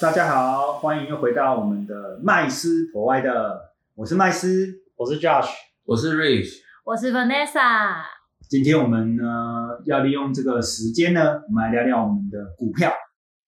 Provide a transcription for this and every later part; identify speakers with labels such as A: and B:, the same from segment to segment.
A: 大家好，欢迎又回到我们的麦斯婆外的，我是麦斯，
B: 我是 Josh，
C: 我是 Rich，
D: 我是 Vanessa。
A: 今天我们呢要利用这个时间呢，我们来聊聊我们的股票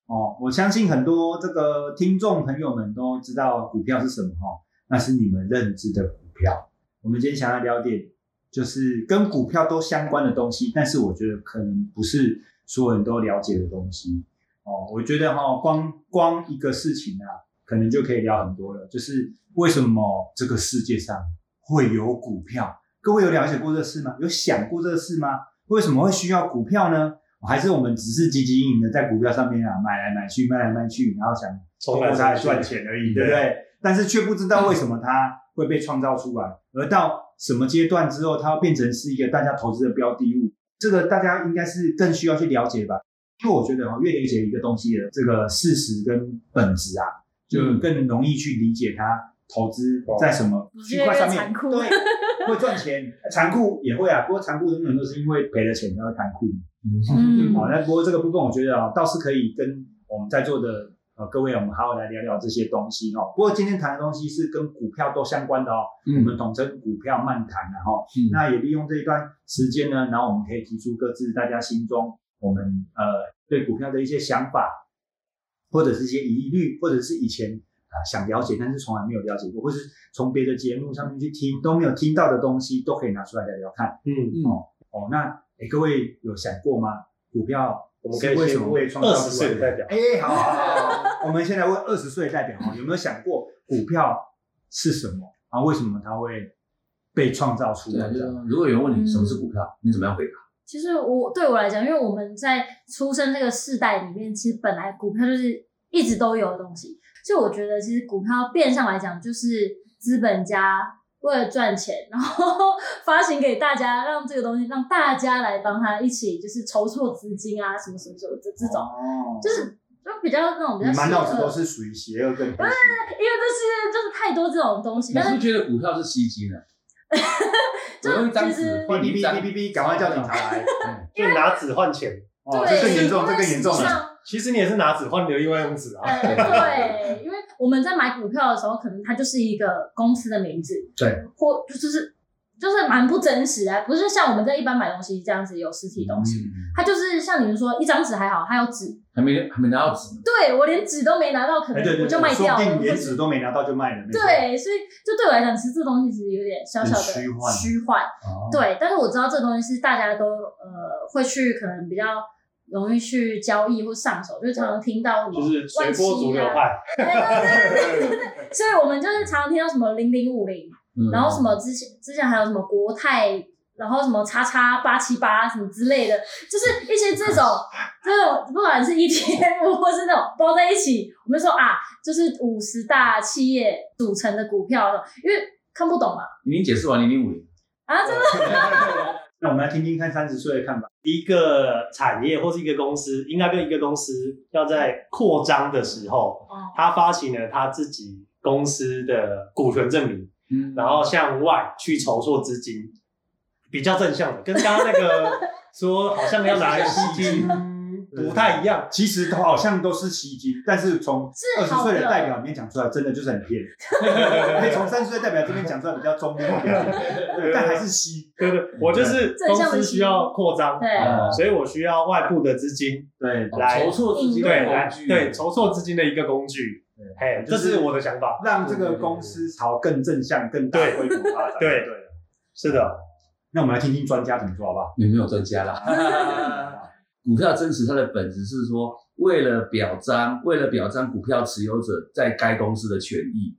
A: 哦。我相信很多这个听众朋友们都知道股票是什么哦，那是你们认知的股票。我们今天想要聊点就是跟股票都相关的东西，但是我觉得可能不是所有人都了解的东西哦。我觉得哈、哦，光光一个事情啊，可能就可以聊很多了，就是为什么这个世界上会有股票。各位有了解过这事吗？有想过这事吗？为什么会需要股票呢？还是我们只是汲汲营营的在股票上面啊买来买去，卖来卖去，然后想
B: 从
A: 通过它来
B: 赚
A: 赚钱，
B: 钱而已，
A: 对不
B: 对不对？
A: 对？但是却不知道为什么它会被创造出来，而到什么阶段之后，它会变成是一个大家投资的标的物。这个大家应该是更需要去了解吧，因为我觉得哈，越了解一个东西的这个事实跟本质啊，就更容易去理解它投资在什么区块上面，
D: 越来越残酷
A: 对，会赚钱， 残酷也会啊。不过残酷永远都是因为赔了钱才会残酷。
D: 嗯
A: 好，那不过这个部分我觉得啊，倒是可以跟我们在座的呃各位，我们好好来聊聊这些东西哦。不过今天谈的东西是跟股票都相关的哦，我们统称股票漫谈啊哦然后
C: 嗯
A: 那也利用这一段时间呢，然后我们可以提出各自大家心中我们呃对股票的一些想法，或者是一些疑虑，或者是以前啊、呃想了解但是从来没有了解过，或是从别的节目上面去听都没有听到的东西，都可以拿出来聊聊看
B: 嗯，
A: 哦。那诶各位有想过吗？股票
B: 我们可以
A: 是为什
B: 先
A: 么
B: 为
A: 会创造
B: 二十
A: 出来
B: 岁的代表，
A: 哎、好好好好，我们先来问二十岁的代表哦，有没有想过股票是什么啊？为什么它会被创造出
C: 对
A: 来
C: 啊，就是
A: 的？哦
C: 说如果有人问你什么是股票，你怎么样回答？
D: 其实我对我来讲，因为我们在出生这个世代里面，其实本来股票就是一直都有的东西。所以我觉得，其实股票变相来讲，就是资本家为了赚钱，然后发行给大家，让这个东西让大家来帮他一起就是筹措资金啊，什么什么什么这这种，
A: 哦，
D: 就是就比较那种比
A: 你
D: 较啊
A: 满脑子
D: 邪恶
A: 都是属于邪恶跟黑心
D: 因为这世界就是太多这种东西，
C: 你
D: 但
C: 是
D: 是
C: 不是觉得股票是吸金呢？
D: 就
C: 我用一张
D: 其
C: 纸
D: 实
C: 换
A: 哔
C: 你一
A: 哔
C: 张
A: 哔哔哔，赶快叫警察来！嗯
B: 就拿纸换钱，
A: 哦，
D: 对
A: 这更严重，这更严重
D: 因为
A: 了。
D: 实际上
B: 其实你也是拿纸换你的另外一张纸啊，
D: 呃，对，因为我们在买股票的时候，可能它就是一个公司的名字，
A: 对，
D: 或就是就是蛮不真实的，不是像我们在一般买东西这样子有实体东西，
C: 嗯
D: 它就是像你们说一张纸还好，还有纸，
C: 还没还没拿到纸呢，
D: 对我连纸都没拿到，可
A: 哎，对
D: 能
A: 对
D: 我就
A: 对，
D: 卖
A: 说
D: 掉
A: 不
D: 了，
A: 定
D: 或
A: 连
D: 是
A: 纸都没拿到就卖了。没错，
D: 对，所以就对我来讲，其实这东西其实有点小小的
A: 很虚幻哦
D: 虚幻，对，但是我知道这东西是大家都呃会去可能比较容易去交易或上手，就常常听到什么
B: 就是随
D: 万
B: 波逐
D: 七
B: 流
D: 啊，
B: 派，
D: 对对对对对 对，所以我们就是常常听到什么零零五零，
C: 嗯
D: 然后什么之前之前还有什么国泰。然后什么叉叉八七八什么之类的，就是一些这种 这种，不管是 ETF 或是那种包在一起，我们说啊，就是五十大企业组成的股票，因为看不懂嘛，
C: 你已经解释完零零五零，
D: 啊，真的
A: 那我们来听听看三十岁的看法。
B: 一个产业或是一个公司，应该跟一个公司要在扩张的时候，
D: 哦，
B: 他发行了他自己公司的股权证明，
C: 嗯
B: 然后向外去筹措资金，比较正向的，跟刚刚那个说好像要拿来吸金不太一样。
A: 其实都好像都是吸金，但是从二
D: 是
A: 十
D: 好
A: 岁的
D: 的
A: 代表里面讲出来，真的就是很偏。 可以从三十岁代表这边讲出来比较中立 一点，对，但还是吸。
B: 对对，我就是公司需要扩张，
D: 对
C: 嗯
B: 所以我需要外部的资金
A: 对，
B: 来
C: 筹措资金
B: 对
C: 的
B: 来
C: 工具，
B: 对筹措资金的一个工具
A: 对，
B: 嘿，
A: 就
B: 这
A: 是
B: 是我的想法。
A: 让这个公司朝更正向、更大
B: 对
A: 规模发展。
B: 对
A: 对。
B: 是的，
A: 那我们来听听专家怎么说，好不 好？
C: 你没有专家啦。股票真实它的本质是说，为了表彰，为了表彰股票持有者在该公司的权益，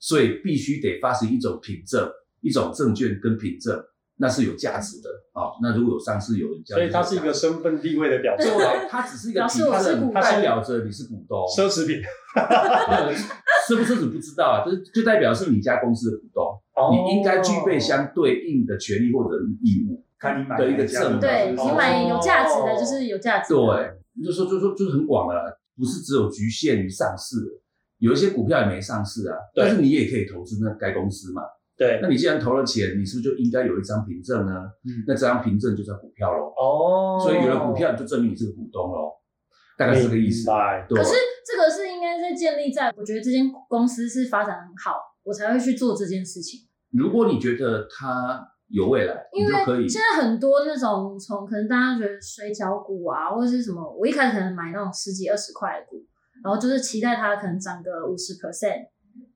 C: 所以必须得发行一种凭证，一种证券跟凭证，那是有价值的哦。那如果有上市有人交易，
B: 所以它是一个身份地位的表现，
C: 对，它只是一个
D: 表
C: 凭
D: 示我是
C: 证，
D: 股
C: 它
D: 东
C: 代表着你是股东，
B: 奢侈品。
C: 是不是你不知道啊？就是就代表是你家公司的股东，
B: 哦
C: 你应该具备相对应的权利或者义务。
A: 看你买
C: 的一个
A: 证，
C: 证
D: 对，
B: 哦
D: 你买有价值的就是有价值的，
C: 对，就说就说就是很广了，不是只有局限于上市，有一些股票也没上市啊，
B: 对
C: 但是你也可以投资那该公司嘛。
B: 对
C: 那你既然投了钱，你是不是就应该有一张凭证呢？
A: 嗯
C: 那这张凭证就叫股票喽。
B: 哦
C: 所以有了股，票，你就证明你是个股东喽。大概是这个意
B: 明
C: 思。
B: 白
C: 对
D: 可是这个是应该是建立在我觉得这间公司是发展很好，我才会去做这件事情。
C: 如果你觉得它有未来，你
D: 因为
C: 就可以。
D: 现在很多那种从可能大家觉得水饺股啊，或者是什么，我一开始可能买那种十几二十块的股，然后就是期待它可能涨个五十 percent，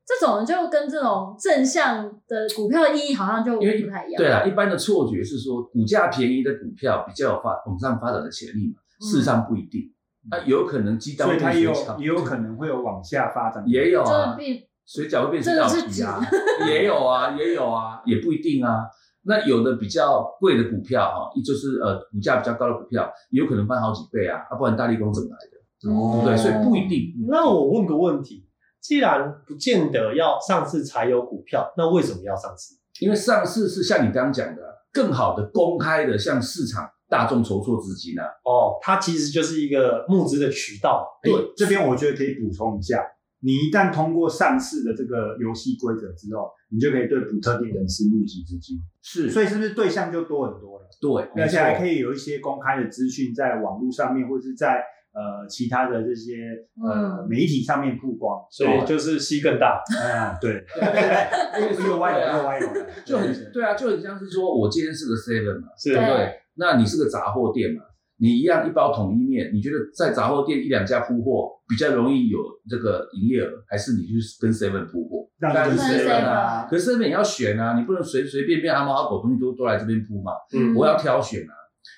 D: 这种就跟这种正向的股票意义好像就
C: 因为
D: 不太一样。
C: 对啦，一般的错觉是说股价便宜的股票比较有发往上发展的潜力嘛，
D: 嗯
C: 事实上不一定，它有可能鸡蛋
A: 嗯所
C: 会
A: 以它
C: 变
A: 也
C: 水
A: 有
C: 饺，
A: 也有可能会有往下发展，
C: 也有
D: 嗯就是
C: 啊，
D: 必
C: 水饺会变成
D: 这个
C: 道
D: 是
C: 皮啊， 也有啊，也有啊，也不一定啊。那有的比较贵的股票哈，就是呃股价比较高的股票，也有可能翻好几倍啊，啊不然大力光怎么来的，对哦不对？所以不一定。嗯
B: 那我问个问题，既然不见得要上市才有股票，那为什么要上市？
C: 因为上市是像你刚刚讲的，更好的公开的向市场大众筹措资金啊。
B: 哦，它其实就是一个募资的渠道。
A: 对，哎这边我觉得可以补充一下，你一旦通过上市的这个游戏规则之后，你就可以对不特定人士募集资金，
C: 是
A: 所以是不是对象就多很多了？
C: 对，
A: 而且还可
C: 以。
A: 以有一些公开的资讯在网络上面，或是在呃其他的这些呃
D: 嗯
A: 媒体上面曝光，哦
B: 所以就是吸更大，
A: 啊 对， 又歪了又歪了，
C: 就很对啊，就很像是说，我今天是个 seven 嘛，
B: 是
C: 对不
D: 对
C: 对？那你是个杂货店嘛，你一样一包统一面，你觉得在杂货店一两家铺货比较容易有这个营业额，还是你去跟 seven 铺货？
A: 让
C: 当然
A: 这
C: 是
A: 个
D: 跟
C: seven 啊。
D: 啊
C: 可是 seven 也要选啊，你不能随随便便阿猫阿狗东西都都来这边铺嘛，
B: 嗯
C: 我要挑选啊。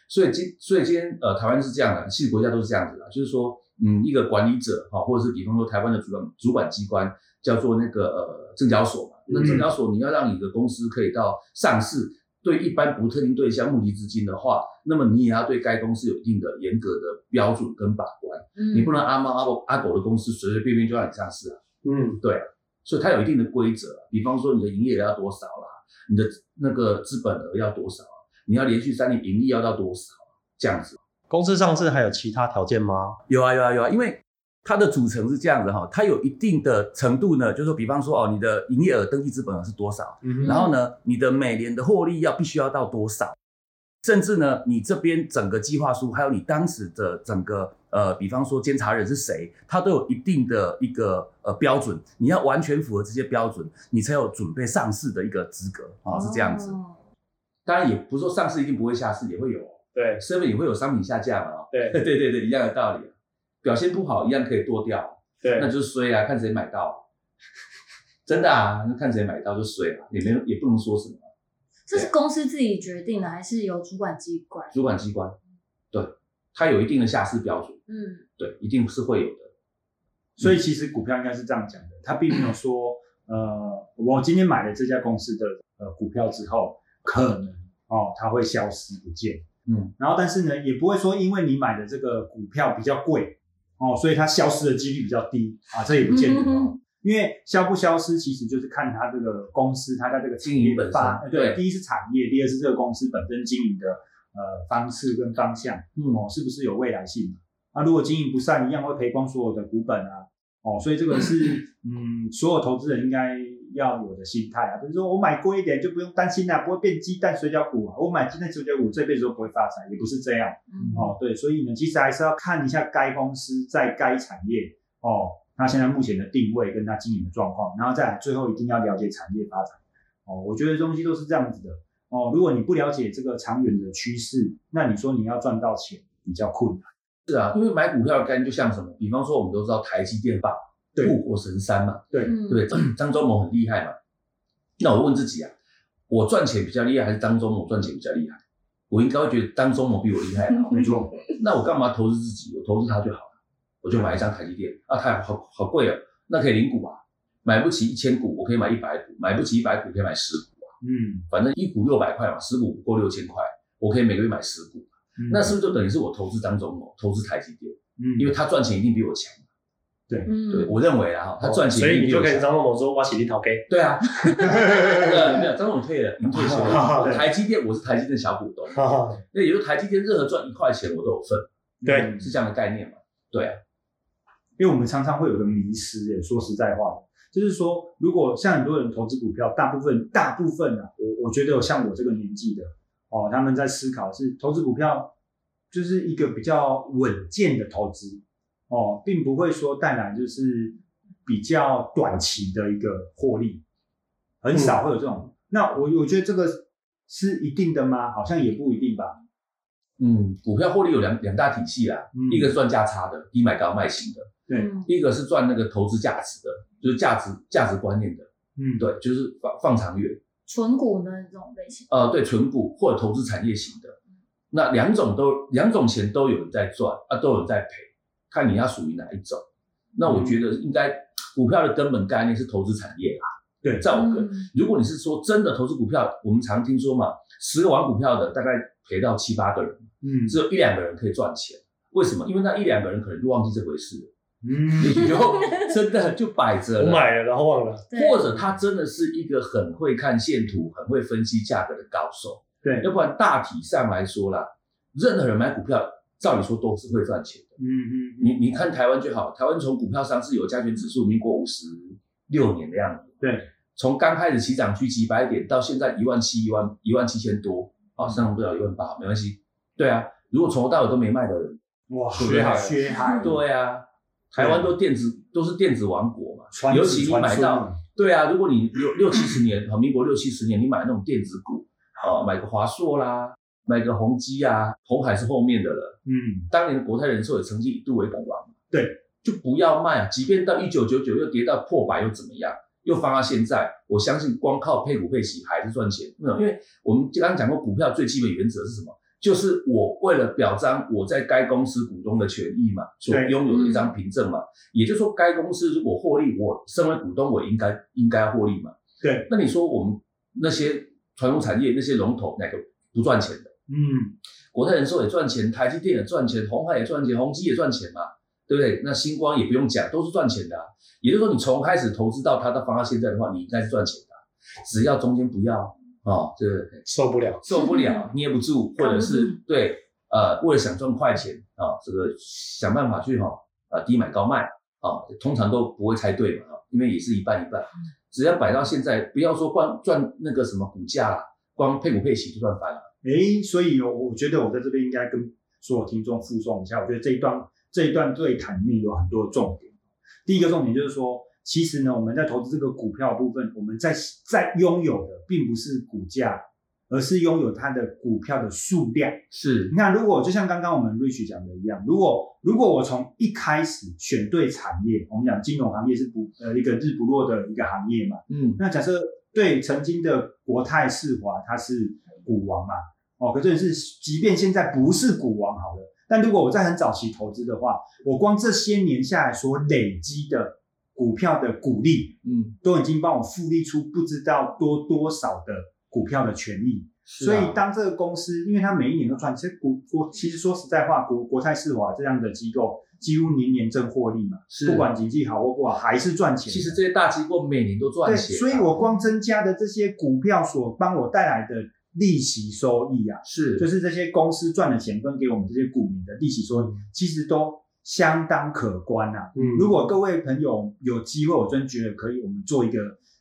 C: 所以今所以今天呃，台湾是这样的，其实国家都是这样子的，就是说，嗯，一个管理者哈、或者是比方说台湾的主管主管机关叫做那个呃证交所嘛，那
B: 嗯
C: 证交所你要让你的公司可以到上市，对一般不特定对象募集资金的话，那么你也要对该公司有一定的严格的标准跟把关，
D: 嗯
C: 你不能阿猫阿狗阿狗的公司随随便便就让你上市啊。
B: 嗯，
C: 所以它有一定的规则，啊比方说你的营业额要多少啦，你的那个资本额要多少啊，你要连续三年盈利要到多少啊，这样子。
B: 公司上市还有其他条件吗？
C: 有啊有啊有啊，因为它的组成是这样子哈，它有一定的程度呢，就是说，比方说哦，你的营业额登记资本额是多少，
B: 嗯
C: 然后呢，你的每年的获利要必须要到多少，甚至呢，你这边整个计划书，还有你当时的整个呃，比方说监察人是谁，他都有一定的一个呃标准，你要完全符合这些标准，你才有准备上市的一个资格啊、是这样子。
D: 哦
C: 当然也不是说上市一定不会下市，也会有
B: 对
C: seven 也会有商品下架嘛、哦，
B: 对
C: 对对对，一样的道理、表现不好一样可以剁掉。那
B: 对，
C: 就是衰啊，看谁买到。 真的啊，那看谁买到就衰了、也没有也不能说什么。
D: 这是公司自己决定的，还是由主管机关？
C: 主管机关，对，它有一定的下市标准，
D: 嗯，
C: 对，一定是会有的。
A: 所以其实股票应该是这样讲的，它并没有说，呃，我今天买了这家公司的呃股票之后，可能哦它会消失不见，
C: 嗯，
A: 然后但是呢，也不会说因为你买的这个股票比较贵哦，所以它消失的几率比较低啊，这也不见得哦。因为消不消失，其实就是看它这个公司它在这个产业的发
C: 经营本身
A: 呃对，
C: 对
A: 第一是产业，第二是这个公司本身经营的呃方式跟方向，
C: 嗯
A: 哦，是不是有未来性嘛？那、如果经营不善，一样会赔光所有的股本啊。哦，所以这个 是嗯，所有投资人应该要有的心态啊，比如说我买贵一点就不用担心啊啦、不会变鸡蛋水饺股啊，我买鸡蛋水饺股这辈子都不会发财，也不是这样
D: 嗯
A: 哦。对，所以呢，其实还是要看一下该公司在该产业哦，它现在目前的定位跟它经营的状况，然后再来最后一定要了解产业发展哦。我觉得东西都是这样子的哦。如果你不了解这个长远的趋势，那你说你要赚到钱比较困难。
C: 是啊，因为买股票的概念就像什么，比方说我们都知道台积电吧，
A: 对
C: 护国神山嘛，
A: 对
D: 嗯
C: 对不对？张忠谋很厉害嘛，那我问自己啊，我赚钱比较厉害还是张忠谋赚钱比较厉害？我应该会觉得张忠谋比我厉害啊，
A: 没 错，
C: 那我干嘛投资自己？我投资它就好了，我就买一张台积电啊，它好好贵哦，那可以零股啊，买不起一千股，我可以买一百股，买不起一百股可以买十股啊，
A: 嗯，
C: 反正一股六百块嘛，十股不够六千块，我可以每个月买十股，
A: 嗯
C: 那是不是就等于是我投资张忠谋，投资台积电？
A: 嗯，
C: 因为他赚钱一定比我强，
D: 嗯，
C: 对我认为啊，哈，他赚钱
B: 所
C: 一
B: 以
C: 定
B: 你
C: 比
B: 就
C: 我
B: 跟
C: 强。
B: 张某某说挖起立 陶 K，
C: 对啊，呃，没有张总退了，您退休了。
B: 对
C: 台积电我是台积电小股东， 那也就是台积电任何赚一块钱我都有份，
A: 嗯
B: 对
C: 是这样的概念嘛？对啊，
A: 因为我们常常会有个迷失耶，说实在话，就是说，如果像很多人投资股票，大部分大部分啊，我我觉得有像我这个年纪的哦，他们在思考是投资股票就是一个比较稳健的投资哦，并不会说带来就是比较短期的一个获利，很少会有这种。
C: 嗯
A: 那我我觉得这个是一定的吗？好像也不一定吧。
C: 嗯，股票获利有两两大体系啦，
A: 嗯
C: 一个赚价差的，低买高卖型的；
A: 对，
D: 嗯
C: 一个是赚那个投资价值的，就是价值价值观念的，
A: 嗯，
C: 对，就是放放长远。
D: 纯股呢这种类型，
C: 呃，对，纯股或者投资产业型的，那两种都两种钱都有人在赚啊，都有人在赔，看你要属于哪一种。那我觉得应该股票的根本概念是投资产业啦。
A: 对
C: 在我个
D: 嗯
C: 如果你是说真的投资股票，我们常听说嘛，十个玩股票的大概赔到七八个人，
A: 嗯
C: 只有一两个人可以赚钱。为什么？因为那一两个人可能就忘记这回事了，
A: 嗯
C: 也许就 真的就摆着
B: 我
C: 了。
B: 买了，然后忘了，
D: 对
C: 或者他真的是一个很会看线图、很会分析价格的高手。
A: 对
C: 要不然大体上来说啦，任何人买股票，照理说都是会赚钱的。
A: 嗯嗯，
C: 你你看台湾就好，台湾从股票上市有加权指数，民国五十六年的样子。
A: 对，
C: 从刚开始起涨区几百点，到现在一万七、一万一万七千多，啊，上涨不了一万八，没关系。对啊，如果从头到尾都没卖的人，
A: 哇，
C: 学海
A: 学海，
C: 对啊，台湾都电子都是电子王国嘛，
A: 传子
C: 尤其你买
A: 传
C: 到
A: 孙
C: 对啊，如果你六六七十年，好，民国六七十年，你买那种电子股，啊、买个华硕啦，买个宏基啊，红海是后面的了。
A: 嗯，
C: 当年的国泰人寿也曾经一度为股王，
A: 对，
C: 就不要卖啊！即便到一九九九又跌到破百又怎么样？又翻到现在，我相信光靠配股配息还是赚钱，没有，因为我们刚刚讲过，股票最基本原则是什么？就是我为了表彰我在该公司股东的权益嘛，所
A: 对
C: 拥有的一张凭证嘛，也就是说，该公司如果获利，我身为股东，我应该应该获利嘛。
A: 对，
C: 那你说我们那些传统产业那些龙头哪个不赚钱的？
A: 嗯，
C: 国泰人寿也赚钱，台积电也赚钱，红海也赚钱，宏基也赚钱嘛，对不对？那星光也不用讲，都是赚钱的、啊。也就是说，你从开始投资到它到放到现在的话，你应该是赚钱的啊、只要中间不要哦，这
B: 受不了。
C: 受不了、捏不住，或者
D: 扛
C: 是对呃，为了想赚快钱啊、这个想办法去哈啊、低买高卖啊、通常都不会猜对嘛，啊因为也是一半一半。只要摆到现在，不要说光赚那个什么股价啦，光配股配息就赚翻了。
A: 诶，所以哦我我觉得我在这边应该跟所有听众附送一下，我觉得这一段这一段对谈里面有很多重点。第一个重点就是说，其实呢，我们在投资这个股票的部分，我们在在拥有的并不是股价，而是拥有它的股票的数量。
C: 是
A: 你看，如果就像刚刚我们 Rich 讲的一样，如果如果我从一开始选对产业，我们讲金融行业是不呃一个日不落的一个行业嘛，
C: 嗯。
A: 那假设对曾经的国泰世华，它是股王嘛，哦，可是是即便现在不是股王好了，但如果我在很早期投资的话，我光这些年下来所累积的股票的股利，
C: 嗯
A: 都已经帮我复利出不知道多多少的股票的权益。
C: 是
A: 所
C: 啊
A: 以当这个公司，因为它每一年都赚，其实国国其实说实在话，国国泰世华这样的机构几乎年年正获利嘛，
C: 是
A: 不管经济好或不好，还是赚钱的。
C: 其实这些大机构每年都赚
A: 对，
C: 钱啊、
A: 所以我光增加的这些股票所帮我带来的利息收益啊，
C: 是
A: 就是这些公司赚的钱跟给我们这些股民的利息收益，其实都相当可观啊。
B: 嗯，
A: 如果各位朋友有机会，我真觉得可以，我们做一个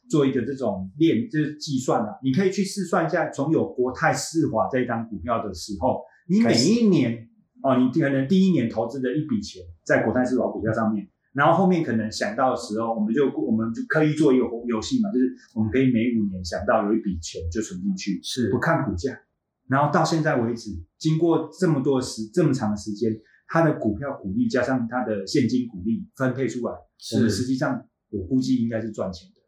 A: 做一个这种练，就是计算啊，你可以去试算一下，从有国泰世华这一张股票的时候，你每一年哦，你可能第一年投资的一笔钱在国泰世华股票上面，然后后面可能想到的时候，我们就我们就刻意做一个游戏嘛，就是我们可以每五年想到有一笔钱就存进去，
C: 是
A: 不看股价，然后到现在为止，经过这么多的时这么长的时间，它的股票股利加上它的现金股利分配出来，我们实际上我估计应该是赚钱的。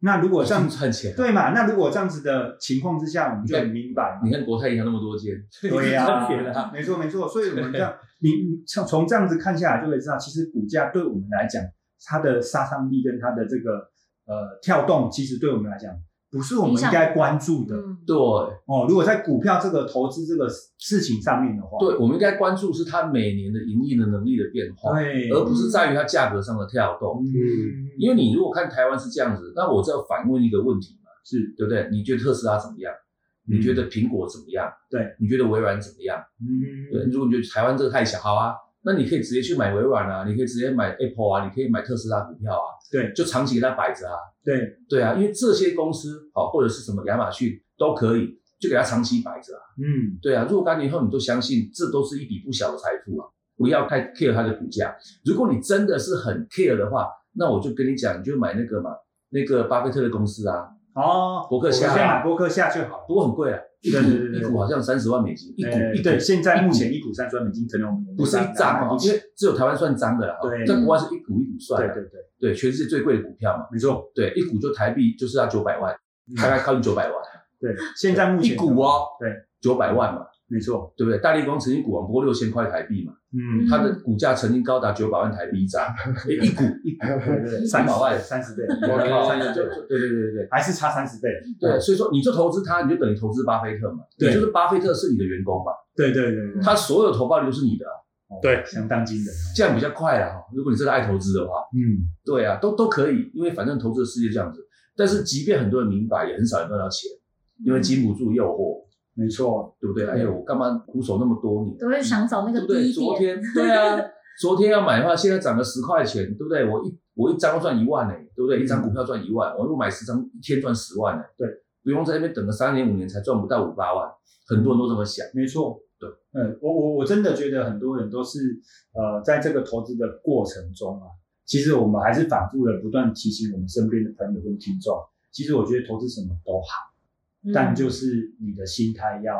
A: 那如果
C: 我
A: 这
C: 这
A: 样
C: 样赚钱啊、
A: 对嘛？那如果这样子的情况之下，我们就很明白嘛
C: 你。看国泰银行那么多间，
A: 对呀、
C: 赚钱啊，
A: 没错没错。所以我们这样，你你从从这样子看下来，就会知道，其实股价对我们来讲，它的杀伤力跟它的这个呃跳动，其实对我们来讲，不是我们应该关注的。
D: 嗯，
C: 对
A: 哦，如果在股票这个投资这个事情上面的话，
C: 对，我们应该关注是它每年的盈利的能力的变化，
A: 对，
C: 而不是在于它价格上的跳动。
A: 嗯，
C: 因为你如果看台湾是这样子，那我就要反问一个问题嘛，
A: 是
C: 对不对？你觉得特斯拉怎么样？你觉得苹果怎么样？
A: 嗯对，
C: 你觉得微软怎么样？
A: 嗯，
C: 对，如果你觉得台湾这个太小，好啊，那你可以直接去买微软啊，你可以直接买 Apple 啊，你可以买特斯拉股票啊，
A: 对
C: 就长期给它摆着啊。
A: 对，
C: 对啊，因为这些公司好、或者是什么亚马逊都可以，就给它长期摆着啊。
A: 嗯
C: 对啊，若干年后你都相信这都是一笔不小的财富啊。不要太 care 它的股价。如果你真的是很 care 的话，那我就跟你讲，你就买那个嘛，那个巴菲特的公司啊，
A: 哦，
C: 伯克夏啊
A: 我先买伯克夏就好了。
C: 不过很贵啊，一股
A: 对对对对
C: 一股好像三十万美金，一股
A: 呃
C: 一股
A: 对，现在目前一股三十万美金，可能我们
C: 不是一张哦，因为只有台湾算张的啦，
A: 对
C: 在国外是一股一股算
A: 对
C: 的，
A: 对对，
C: 对，全世界最贵的股票嘛，
A: 没错，
C: 对，一股就台币就是要九百万，大概靠近九百万，
A: 对，现在目前
C: 一股哦，
A: 对，
C: 九百万嘛，
A: 没错，
C: 对不对？大力光曾经股王不过六千块台币嘛，
A: 嗯，
C: 它的股价曾经高达九百万台币一张， 一股一股，
A: 对对对，三
C: 三百
A: 十
C: 万
A: 倍，三十倍，
C: 我靠，
A: 三十
C: 就
A: 倍，
C: 就对对对对对。
A: 还是差三十倍，
C: 对，所以说你就投资它，你就等于投资巴菲特嘛，
A: 嗯对
C: 你就是巴菲特是你的员工嘛，
A: 对对对对，
C: 他所有投报率都是你的啊，
B: 对
A: 相当惊人，哦
C: 这样比较快啦。哈如果你真的爱投资的话，
A: 嗯，
C: 对啊，都都可以，因为反正投资的世界这样子。但
A: 嗯
C: 是即便很多人明白，也很少人赚到钱，因
D: 嗯
C: 为经不住诱惑，
A: 没错，
C: 对不对？
A: 对
C: 哎呦，我干嘛苦守那么多年，
D: 都会想找那
C: 对
D: 个
C: 不对？昨
D: 低点。
C: 天对 啊，昨天要买的话，现在涨了十块钱，对不对？我一我一张赚一万呢、对不对？一张股票赚一万，我如果买十张，一天赚十万呢、
A: 嗯对，
C: 不用在那边等个三年五年才赚不到五八万，很多人都这么想。
A: 没错，
C: 对，
A: 嗯，我我我真的觉得很多人都是呃，在这个投资的过程中啊，其实我们还是反复的不断提醒我们身边的朋友跟听众，其实我觉得投资什么都好。
D: 嗯
A: 但就是你的心态要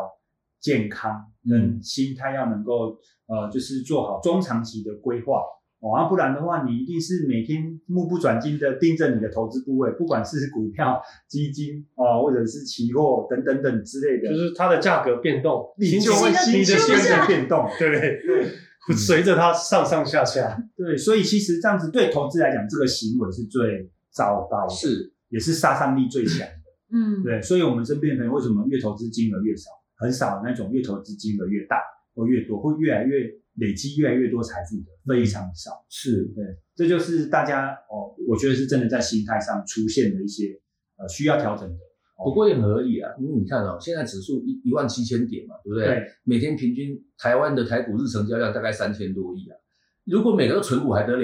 A: 健康，
B: 嗯
A: 跟心态要能够呃，就是做好中长期的规划哦，啊、不然的话，你一定是每天目不转睛的盯着你的投资部位，不管是股票、基金哦，或者是期货等等等之类的，
B: 就是它的价格变动，
A: 你就会心
D: 心情就
A: 的
D: 不
A: 心
D: 是
A: 的变动。
B: 对不对？
A: 嗯
B: 随着它上上下下，
A: 对，所以其实这样子对投资来讲，这个行为是最糟糕的，
C: 是，
A: 也是杀伤力最强。
D: 嗯，
A: 对，所以我们身边的朋友为什么越投资金额越少，很少那种越投资金额越大或越多，会越来越累积越来越多财富的，非常少。
C: 是
A: 对，这就是大家哦，我觉得是真的在心态上出现的一些呃需要调整的。
C: 不过也很合理啊，因为你看哦，现在指数一一万七千点嘛，对不对？
A: 对
C: 每天平均台湾的台股日成交量大概三千多亿啊，如果每个都存股还得了？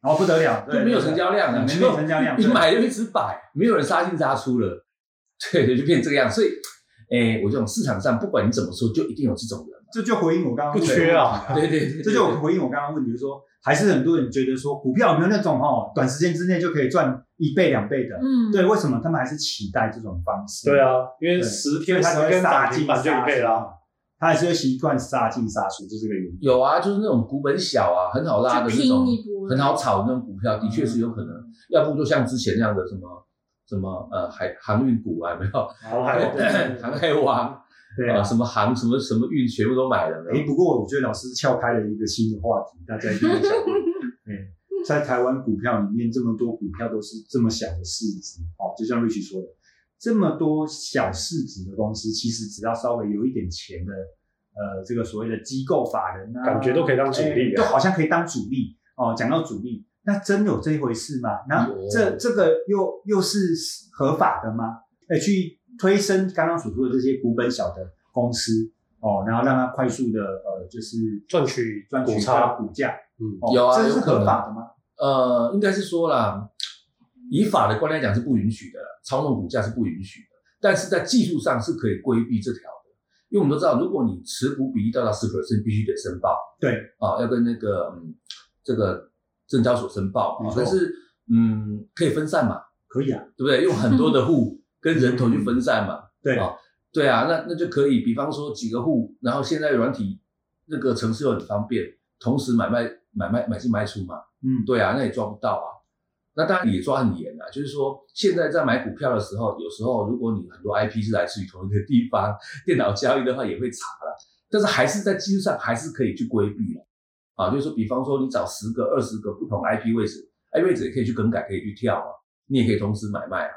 A: 然后哦不得了，
C: 就
A: 对，
C: 没有成交量啊，
A: 没
C: 就
A: 有成交量，
C: 你
A: 对
C: 买就一直摆，没有人杀进杀出了，对对，就变成这个样。所以，哎，我这种市场上不管你怎么说，就一定有这种人。
A: 这就回应我刚刚
B: 不
A: 问的
B: 缺啊
A: 问题
C: 对对对，
A: 这就回应我刚刚问题，就是说还是很多人觉得说股票有没有那种哦，短时间之内就可以赚一倍两倍的？
D: 嗯，
A: 对， 为什么他们还是期待这种方式？
B: 对啊，因为
A: 对
B: 十
A: 因为
B: 天
A: 他
B: 十
A: 才会
B: 根
A: 杀
B: 涨
A: 进杀
B: 停板
A: 出
B: 就一倍啦。，
A: 他还是会习惯杀进杀出，就这个原因。
C: 有啊，就是那种股本小啊，很好拉的
D: 就
C: 那
D: 拼
C: 种，
D: 一波，嗯
C: 很好炒的那种股票，的确是有可能。要不就像之前那样的什么什么呃海航运股啊，有没有？
A: 好
B: 还有
C: 航海王
A: 对
C: 啊，
A: 啊。
C: 什么航什么什么运，全部都买了。有没
A: 哎，
C: 有
A: 不过我觉得老师撬开了一个新的话题，大家一定会想问，嗯，在台湾股票里面，这么多股票都是这么小的市值，哦，就像 Rich 说的，这么多小市值的公司，其实只要稍微有一点钱的，呃，这个所谓的机构法人啊，
B: 感觉都可以当主力啊
A: 哎都好像可以当主力哦。讲到主力，那真有这回事吗？那
C: 有
B: 哦
A: 这这个又又是合法的吗？哎，去推升刚刚所说的这些股本小的公司哦，然后让它快速的呃，就是
B: 赚取
A: 赚取
B: 股
A: 它
B: 差
A: 的股价，
B: 嗯，
A: 哦
C: 有啊
A: 这
C: 有
A: 是
C: 可能
A: 合法的吗？
C: 呃，应该是说啦，以法的观来讲是不允许的啦，操纵股价是不允许的，但是在技术上是可以规避这条的，因为我们都知道，如果你持股比例掉到十 percent，必须得申报
A: 对，
C: 啊，要跟那个嗯这个证交所申报
A: 没
C: 啊，
A: 错
C: 但是嗯可以分散嘛，
A: 可以啊，
C: 对不对？用很多的户 跟人头去分散嘛，
A: 对
C: 啊，对啊，那那就可以，比方说几个户，然后现在软体那个城市又很方便，同时买卖买卖买进卖出嘛。
A: 嗯，
C: 对啊，那也抓不到啊。那当然也抓很严啊，就是说现在在买股票的时候，有时候如果你很多 IP 是来自于同一个地方，电脑交易的话也会查了，但是还是在技术上还是可以去规避了。啊，就是说，比方说你找十个、二十个不同 IP 位置，IP 位置也可以去更改，可以去跳啊，你也可以同时买卖啊。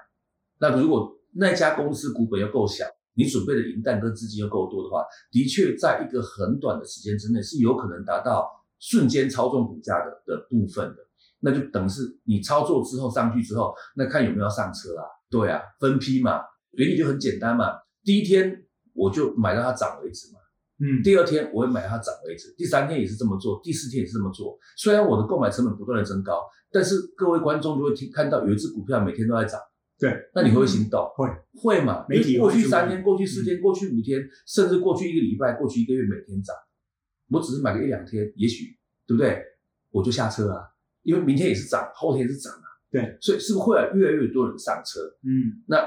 C: 那如果那家公司股本又够小，你准备的银弹跟资金又够多的话，的确在一个很短的时间之内是有可能达到瞬间操纵股价的的部分的。那就等于是你操作之后上去之后，那看有没有要上车啊？对啊，分批嘛，原理就很简单嘛。第一天我就买到它涨为止嘛，
A: 嗯，
C: 第二天我会买到它涨为止，第三天也是这么做，第四天也是这么做。虽然我的购买成本不断的增高，但是各位观众就会听看到有一只股票每天都在涨。
A: 对，嗯
C: 那你会不会心动？
A: 会
C: 会嘛？
A: 媒体
C: 因为过
A: 会
C: 去
A: 注意
C: 三天、过去四天、过去五天，甚至过去一个礼拜、过去一个月，每天涨，我只是买个一两天，也许对不对？我就下车啊，因为明天也是涨，后天也是涨啊。
A: 对，
C: 所以是不是会有越来越多人上车？
A: 嗯，
C: 那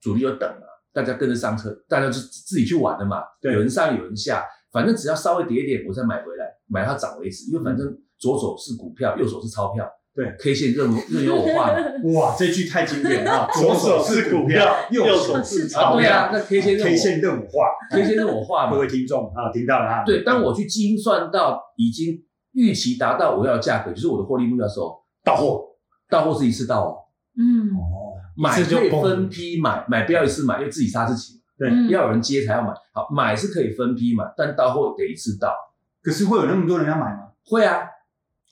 C: 主力就等了，大家跟着上车，大家就自自己去玩了嘛。
A: 对
C: 有人上有人下，反正只要稍微跌一点，我再买回来，买到它涨为止。因为反正左手是股票，右手是钞票，
A: 对
C: ，K 线任我任由我 画嘛。啊
A: 哇，这句太经典 了，
B: 左手是股票，右手
A: 手
B: 是
A: 是
B: 钞
A: 钞哦
C: 对
B: 票。
C: 啊，那 K 线任我
A: ，K 线任我画。
C: K 线任我画
A: 各
C: 嘛
A: 位。听众啊，听到了啊，
C: 对，当我去精算到已经预期达到我要的价格，就是我的获利目标的时候，到货，到货是一次到哦，
D: 嗯
A: 哦，
C: 买
B: 一次就
C: 可以
B: 崩
C: 分批买，买不要一次买，因为自己杀自己。
D: 嗯，
C: 要有人接才要买。好，买是可以分批买，但到货得一次到。
A: 可是会有那么多人要买吗？
C: 会啊，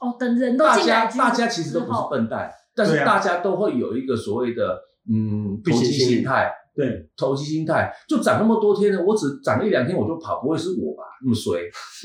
D: 哦，等人都
C: 大
D: 进来
C: 家
D: 之后，
C: 大家其实都不是笨蛋，但是
A: 对啊
C: 大家都会有一个所谓的嗯
B: 避
C: 投
B: 险
C: 机
B: 心理
C: 心态，
A: 对，
C: 投机心态就涨那么多天了，我只涨一两天我就跑，不会是我吧？那么衰？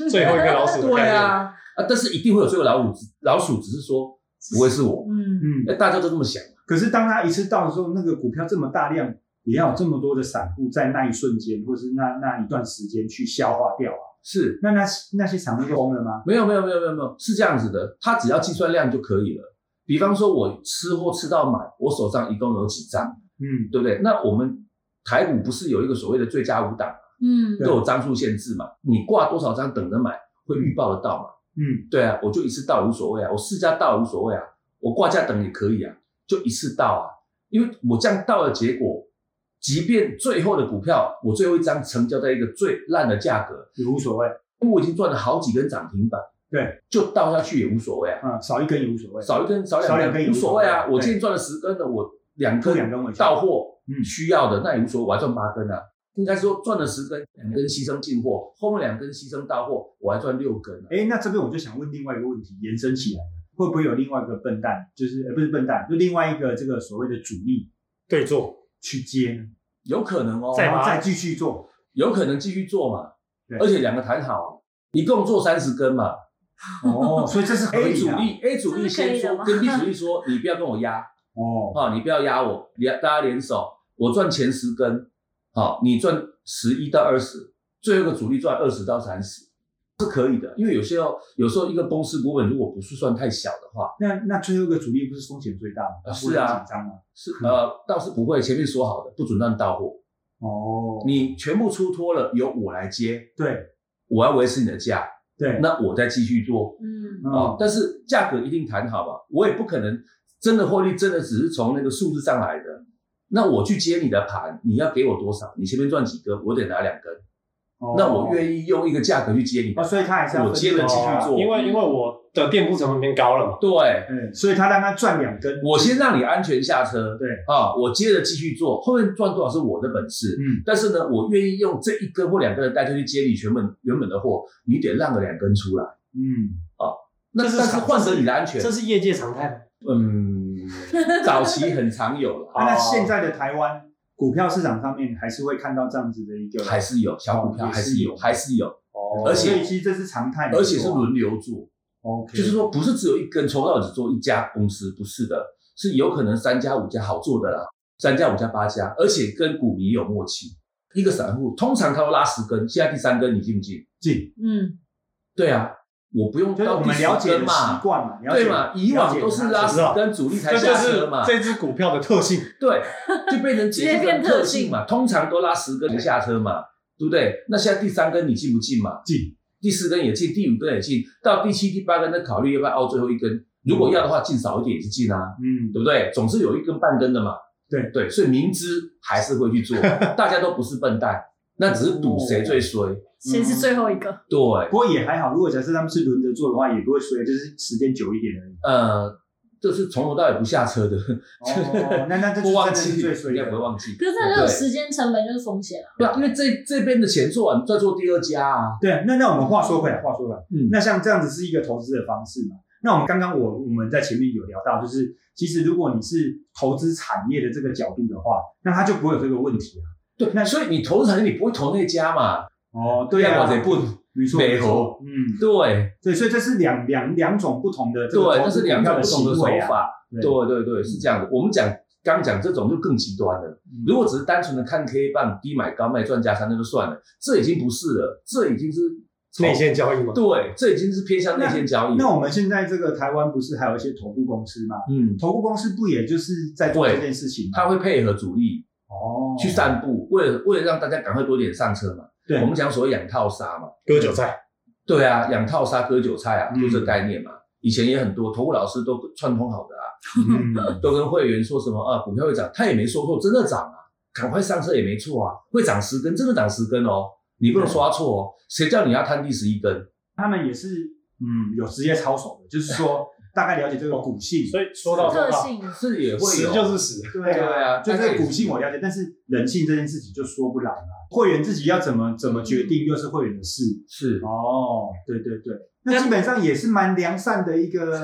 B: 最后一个老鼠的
C: 对
B: 概念，
C: 啊，啊，但是一定会有这个老鼠，老鼠只是说不会是我，
D: 嗯，
A: 嗯，
C: 哎大家都这么想。
A: 可是当它一次到的时候，那个股票这么大量，也要有这么多的散户在那一瞬间，或是那那一段时间去消化掉啊。
C: 是
A: 那那那些散户就疯了吗？
C: 没有没有没有没有没有，是这样子的，它只要计算量就可以了。比方说，我吃货吃到满，我手上一共有几张，
A: 嗯，
C: 对不对？那我们台股不是有一个所谓的最佳五档吗，
D: 嗯
C: 都有张数限制嘛？你挂多少张等着买，会预报得到嘛？
A: 嗯，
C: 对啊，我就一次到无所谓啊，我试家到无所谓啊，我挂价等也可以啊，就一次到啊，因为我这样到的结果，即便最后的股票我最后一张成交在一个最烂的价格，
A: 也无所谓，
C: 因为我已经赚了好几根涨停板，
A: 对，
C: 就倒下去也无所谓啊，
A: 嗯，少一根也无所谓，
C: 少一根少
A: 少两根
C: 两根
A: 也
C: 无
A: 无
C: 所
A: 所
C: 谓
A: 谓
C: 啊，我
A: 对
C: 今天赚了十根的，我两
A: 多
C: 根
A: 两根回去
C: 到货
A: 嗯
C: 需要的那也无所谓，我还赚八根啊。应该说赚了十根，两根牺牲进货，后面两根牺牲到货，我还赚六根啊。
A: 哎，那这边我就想问另外一个问题，延伸起来，会不会有另外一个笨蛋，就是呃不是笨蛋，就另外一个这个所谓的主力
B: 对坐，
A: 去接呢，
C: 有可能哦，
B: 再
A: 然后
B: 把
A: 再继续做，
C: 有可能继续做嘛
A: 对。
C: 而且两个谈好，啊一共做三十根嘛。
A: 哦，所以这是合
C: A
A: 理
C: 主
A: 的啊
C: 力 A 主力先
D: 这是可以的
C: 说，
D: 吗
C: 跟 B 主力说，你不要跟我压，
A: 哦，
C: 好、你不要压我，联大家联手，我赚前十根，好、你赚十一到二十，最后一个主力赚二十到三十，是可以的。因为有些哦，有时候一个公司股本如果不是算太小的话，
A: 那那最后一个主力不是风险最大吗？
C: 啊
A: 不会
C: 是啊
A: 很紧张吗？
C: 是呃倒是不会，前面说好的不准让到货，
A: 哦，
C: 你全部出脱了，由我来接，
A: 对
C: 我要维持你的价，
A: 对，
C: 那我再继续做，
D: 嗯
C: 哦
A: 哦，，
C: 但是价格一定谈好吧，我也不可能真的获利真的只是从那个数字上来的。那我去接你的盘，你要给我多少？你前面赚几根，我得拿两根。
A: 哦
C: 那我愿意用一个价格去接你的
A: 啊，所以他还是要
C: 我接着
A: 分
C: 继
A: 润
C: 续
A: 啊
C: 做。
B: 哦因为因为我的店铺成本变高了嘛，
C: 对，
A: 嗯，所以他让他赚两根，
C: 我先让你安全下车。
A: 对
C: 啊，我接着继续做，后面赚多少是我的本事。
A: 嗯，
C: 但是呢，我愿意用这一根或两根的代价去接你原本原本的货，你得让个两根出来。
A: 嗯，
C: 那
B: 这是
C: 但是
B: 常
C: 换得你的安全
B: 这，是业界常态吗。
C: 嗯，早期很常有了，
A: 啊那现在的台湾股票市场上面还是会看到这样子的一个，
C: 还是有小股票，
A: 哦也
C: 还
A: 是
C: 是有，
A: 有
C: 还是有，
B: 哦
C: 而且
A: 所以其实这是常态，
C: 而且是轮流做，
A: 啊，OK，
C: 就是说不是只有一根抽到只做一家公司，不是的，是有可能三家五家好做的啦，三家五家八家，而且跟股民有默契。一个散户通常他都拉十根，现在第三根你进不进？
A: 进，
D: 嗯
C: 对啊，我不用
A: 就是
C: 到
A: 我
C: 第
A: 们
C: 十
A: 了解
C: 根
A: 的习
C: 嘛，
A: 惯嘛，了解
C: 对嘛？以往都是拉
A: 了
C: 十
A: 解
C: 根主力才
B: 这
C: 下
B: 就
C: 车
B: 是
C: 嘛，
B: 这只股票的特性。
C: 对，就被人解释
D: 直接
C: 成
D: 变特
C: 特性嘛，通常都拉十根才下车嘛，对不对？那现在第三根你进不进嘛？
A: 进，
C: 第四根也进，第五根也进，到第七、第八根再考虑要不要凹最后一根。如果要的话，进少一点也是进啊，
A: 嗯
C: 对，不对？总是有一根半根的嘛。
A: 对
C: 对，所以明知还是 会去做，大家都不是笨蛋，那只是赌谁最衰。
A: 哦
D: 谁是最后一个？
C: 对，
A: 不过也还好，如果假设他们是轮着做的话，也不会衰，就是时间久一点而已。
C: 呃，这是从头到尾不下车的，
A: 哦，那那这
C: 不
A: 就
C: 忘
A: 真的是
C: 记，
A: 最衰
C: 应该不会
A: 的，
C: 忘记。
D: 可是这种
C: 对
D: 时间成本就是风险啊。
C: 对啊，因为这这边的钱做完，再做第二家啊。
A: 对，那那我们话说回来，话说回来，
C: 嗯
A: 那像这样子是一个投资的方式嘛？那我们刚刚我我们在前面有聊到，就是其实如果你是投资产业的这个角度的话，那它就不会有这个问题啊。
C: 对，那所以你投资产业，你不会投那家嘛？
A: 哦，对
C: 要
A: 啊，
C: 我得不？
A: 没错，
C: 美
A: 没
C: 猴
A: 错，嗯，
C: 对
A: 对，所以这是两两两种不同的这个
C: 对，
A: 投
C: 那
A: 资
C: 是两种
A: 股
C: 不
A: 票
C: 同的手
A: 行为啊。
C: 法。对对对，是这样的。我们讲刚讲这种就更极端了。
A: 嗯
C: 如果只是单纯的看 K 棒低买高卖赚加仓，那就算了，这已经不是了，这已经是
B: 内线交易嘛，
C: 对，这已经是偏向内线交易。
A: 那我们现在这个台湾不是还有一些投顾公司吗？
C: 嗯，
A: 投顾公司不也就是在做这件事情吗？
C: 他会配合主力
A: 哦，
C: 去散步，为了为了让大家赶快多点上车嘛。
A: 对
C: 我们讲所谓养套杀嘛。
B: 割韭菜，
C: 对啊，养套杀割韭菜啊，
A: 嗯
C: 就这概念嘛。以前也很多投顾老师都串通好的啊，
A: 嗯，
C: 都跟会员说什么啊，股票会涨，他也没说错，真的涨啊，赶快上车也没错啊，会涨十根，真的涨十根哦，你不能刷错哦，谁叫你要摊第十一根？
A: 他们也是嗯有职业操守的，就是 说大概了解这个股性，
B: 所以
C: 哦
B: 说到做
D: 特
B: 到，
D: 性
C: 是也会
B: 死
C: 有，
B: 就是死，
A: 对
C: 对
A: 啊，
C: 啊
A: 就这个股性我了解，但是人性这件事情就说不来啊。会员自己要怎么怎么决定，又是会员的事。
C: 是
A: 哦，对对对，那基本上也是蛮良善的一 个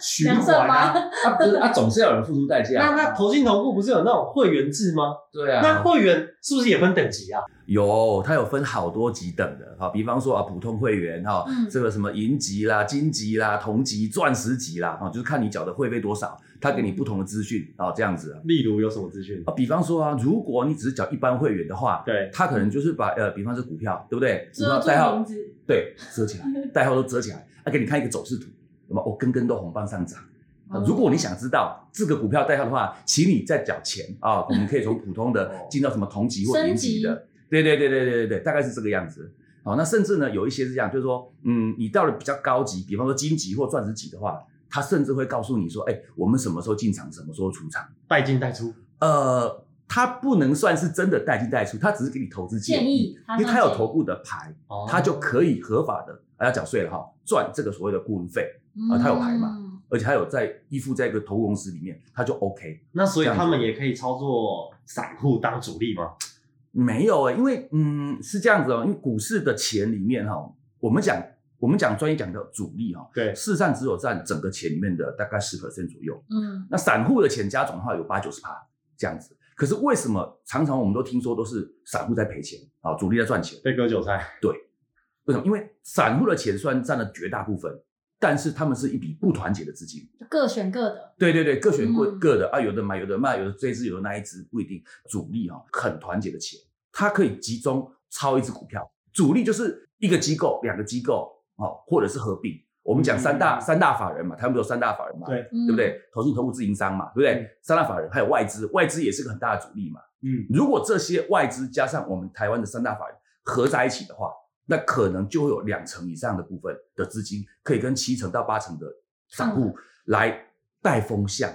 A: 循环
D: 良
A: 啊。
C: 啊，不是啊，总是要有人付出代价。
B: 那那投信投顾不是有那种会员制吗？
C: 啊对
B: 那
C: 啊，
B: 会员是不是也分等级啊？
C: 有它有分好多级等的哈，比方说啊，普通会员哈
D: 嗯
C: 这个什么银级啦、金级啦、铜级、钻石级啦，哦哈，就是看你缴的会费多少，它给你不同的资讯啊，这样子啊。
B: 例如有什么资讯？
C: 啊比方说啊，如果你只是缴一般会员的话，
B: 对，
C: 他可能就是把呃，比方是股票，对不对？股
E: 遮
C: 票
E: 住
C: 代号
E: 名字，
C: 对遮起来，代号都遮起来，啊，给你看一个走势图，那么哦，根根都红棒上涨。啊
E: 哦
C: 如果你想知道这个股票代号的话，请你再缴钱啊，我们可以从普通的
A: 哦
C: 进到什么同级或
D: 升
C: 银级
D: 级
C: 的，对对对对对对对，大概是这个样子。好，那甚至呢，有一些是这样，就是说，嗯，你到了比较高级，比方说金级或钻石级的话，它甚至会告诉你说，哎，我们什么时候进场，什么时候出场。
B: 带进带出，
C: 呃，它不能算是真的带进带出，它只是给你投资建
D: 建
C: 议
D: 议，，
C: 因为它有投顾的牌，
B: 哦
C: 它就可以合法的，啊、要缴税了哈，赚这个所谓的顾问费，
D: 啊
C: 啊它有牌嘛，而且它有在依附在一个投顾公司里面，它就 OK。
B: 那所以
C: 这样子
B: 他们也可以操作散户当主力吗？
C: 没有哎、因为嗯是这样子哦，因为股市的钱里面哈、我们讲我们讲专业讲的主力哈、
B: 对
C: 事实上只有占整个钱里面的大概十 percent 左右。
D: 嗯
C: 那散户的钱加总的话有八九十趴这样子。可是为什么常常我们都听说都是散户在赔钱啊，主力在赚钱？
B: 被割韭菜，
C: 为什么？因为散户的钱虽然占了绝大部分，但是他们是一笔不团结的资金。
D: 就各选各的，
C: 对对对，各选各
D: 嗯
C: 各的、啊，有的买，有的卖，有的这一只，有的那一只，不一定。主力啊，很团结的钱，它可以集中抄一只股票。主力就是一个机构、两个机构哦，或者是合并。我们讲三大、
A: 嗯
C: 三大法人嘛，他们有三大法人嘛，
A: 对
D: 对
C: 对不？对？投信、投顾、自营商嘛，对不对？
A: 嗯
C: 三大法人还有外资，外资也是个很大的主力嘛。
A: 嗯，
C: 如果这些外资加上我们台湾的三大法人合在一起的话，那可能就会有两成以上的部分的资金可以跟七成到八成的散户来带风向，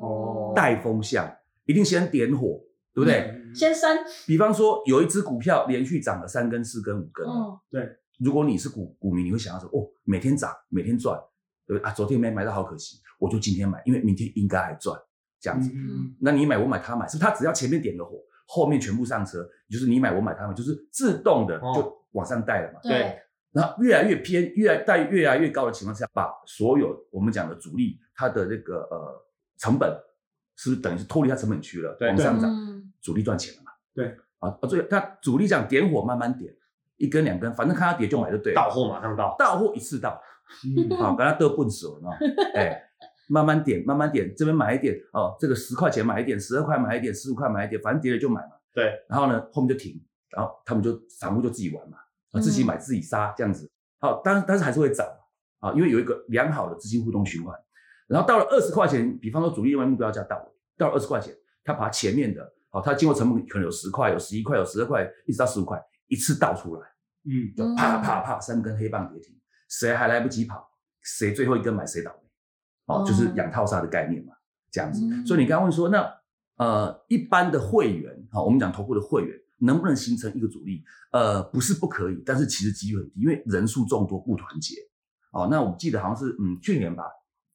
A: 哦
C: 带风向一定先点火，对不对？
A: 嗯
D: 先删，
C: 比方说有一只股票连续涨了三根、四根、五根，啊
D: 嗯，
C: 如果你是股股民，你会想要说哦，每天涨，每天赚，对不对啊？昨天没买到好可惜，我就今天买，因为明天应该还赚，这样子。
A: 嗯
C: 那你买我买他买，是不是他只要前面点个火，后面全部上车，就是你买我买他买，就是自动的
B: 哦
C: 就往上带了嘛。
D: 对，
C: 然后越来越偏，越来带越来越高的情况下，把所有我们讲的主力它的那个呃成本，是不是等于是脱离它成本区了，
B: 对
C: 往上涨，
D: 嗯，
C: 主力赚钱了嘛？
A: 对
C: 啊啊，所以它主力这样点火慢慢点，一根两根，反正看它跌就买就对了，
B: 到货马上到，
C: 到货一次到。
A: 嗯
C: 好，跟他得笨手了，哎，慢慢点，慢慢点，这边买一点哦，这个十块钱买一点，十二块买一点，十五块买一点，反正跌了就买嘛。
B: 对，
C: 然后呢，后面就停，然后他们就散户就自己玩嘛，啊，自己买自己杀这样子。好，当但是还是会涨啊，因为有一个良好的资金互动循环。然后到了二十块钱，比方说主力外目标价到了，到了二十块钱，他把前面的，好、他经过成本可能有十块、有十一块、有十二块，一直到十五块，一次倒出来。
A: 嗯，
C: 就啪啪啪三根黑棒跌停，谁还来不及跑，谁最后一根买谁倒霉，哦，
D: 哦
C: 就是养套杀的概念嘛，这样子。
D: 嗯
C: 所以你刚刚问说，那呃一般的会员，好、我们讲头部的会员能不能形成一个主力？呃，不是不可以，但是其实几率很低，因为人数众多不团结。哦，那我记得好像是嗯去年吧，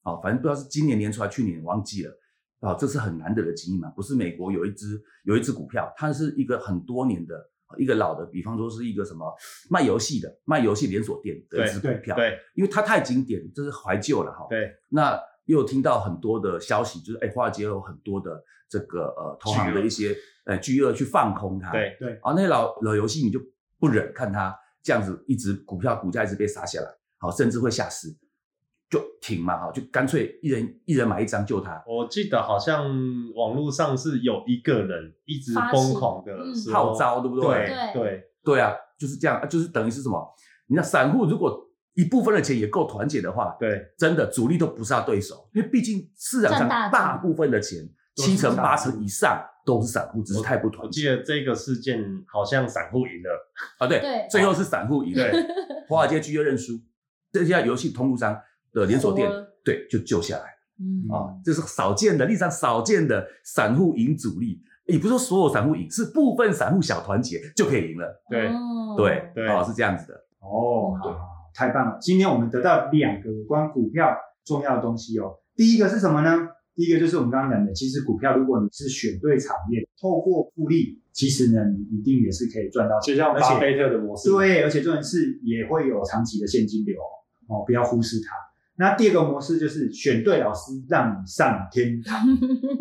C: 哦，反正不知道是今年年初还是去年忘记了。哦，这是很难得的经验嘛，不是美国有一只有一只股票，它是一个很多年的一个老的，比方说是一个什么卖游戏的卖游戏连锁店的一只股
A: 对
C: 票，
B: 对
C: 因为它太经典，这是怀旧了哈。
B: 对，
C: 那也有听到很多的消息，就是哎，华尔街有很多的这个呃投行的一些呃巨鳄去放空它，
B: 对
A: 对，
C: 啊，那些老老游戏你就不忍看它这样子一直股票股价一直被杀下来，好，甚至会下市，就停嘛哈，就干脆一人一人买一张救它。
B: 我记得好像网络上是有一个人一直疯狂的
D: 发起嗯
B: 说
C: 号召对不对
B: 哦对对，
C: 对啊，就是这样，啊就是等于是什么？你看散户如果一部分的钱也够团结的话，
B: 对，
C: 真的主力都不是他对手，因为毕竟市场上
D: 占大
C: 大部分的钱，
B: 都是
C: 七成
B: 散户
C: 八成以上都是散户，只是太不
B: 我
C: 团结
B: 记得这个事件好像散户赢了，
C: 啊。对，
D: 对
C: 最后是散户赢了，
B: 对，
C: 华尔街拒绝认输，这家游戏通路商的连锁店
D: 活了
C: 对就救下来
D: 嗯
A: 嗯
C: 啊，这是少见的历史上少见的散户赢主力。也不是说所有散户赢，是部分散户小团结就可以赢了。
B: 对
D: 哦
C: 对，
B: 对
C: 啊，是这样子的。
A: 哦，好好，好太棒了！今天我们得到两个有关股票重要的东西哦。第一个是什么呢？第一个就是我们刚刚讲的，其实股票如果你是选对产业，透过复利，其实呢，你一定也是可以赚到钱。
B: 就像
A: 而且
B: 巴菲特的模式，，
A: 对，而且重点是也会有长期的现金流哦，哦不要忽视它。那第二个模式就是选对老师，让你上天 堂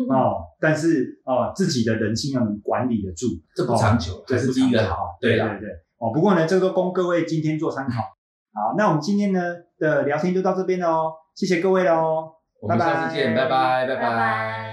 A: 哦。但是哦，自己的人性要能管理得住，
C: 这
A: 不长
C: 久
A: 这是第一个好，对
C: 对啦
A: 对对。哦，不过呢，这个都供各位今天做参 考。好，那我们今天呢哦的聊天就到这边喽，谢谢各位喽。哦
C: 我们下次见，拜拜，拜
D: 拜拜。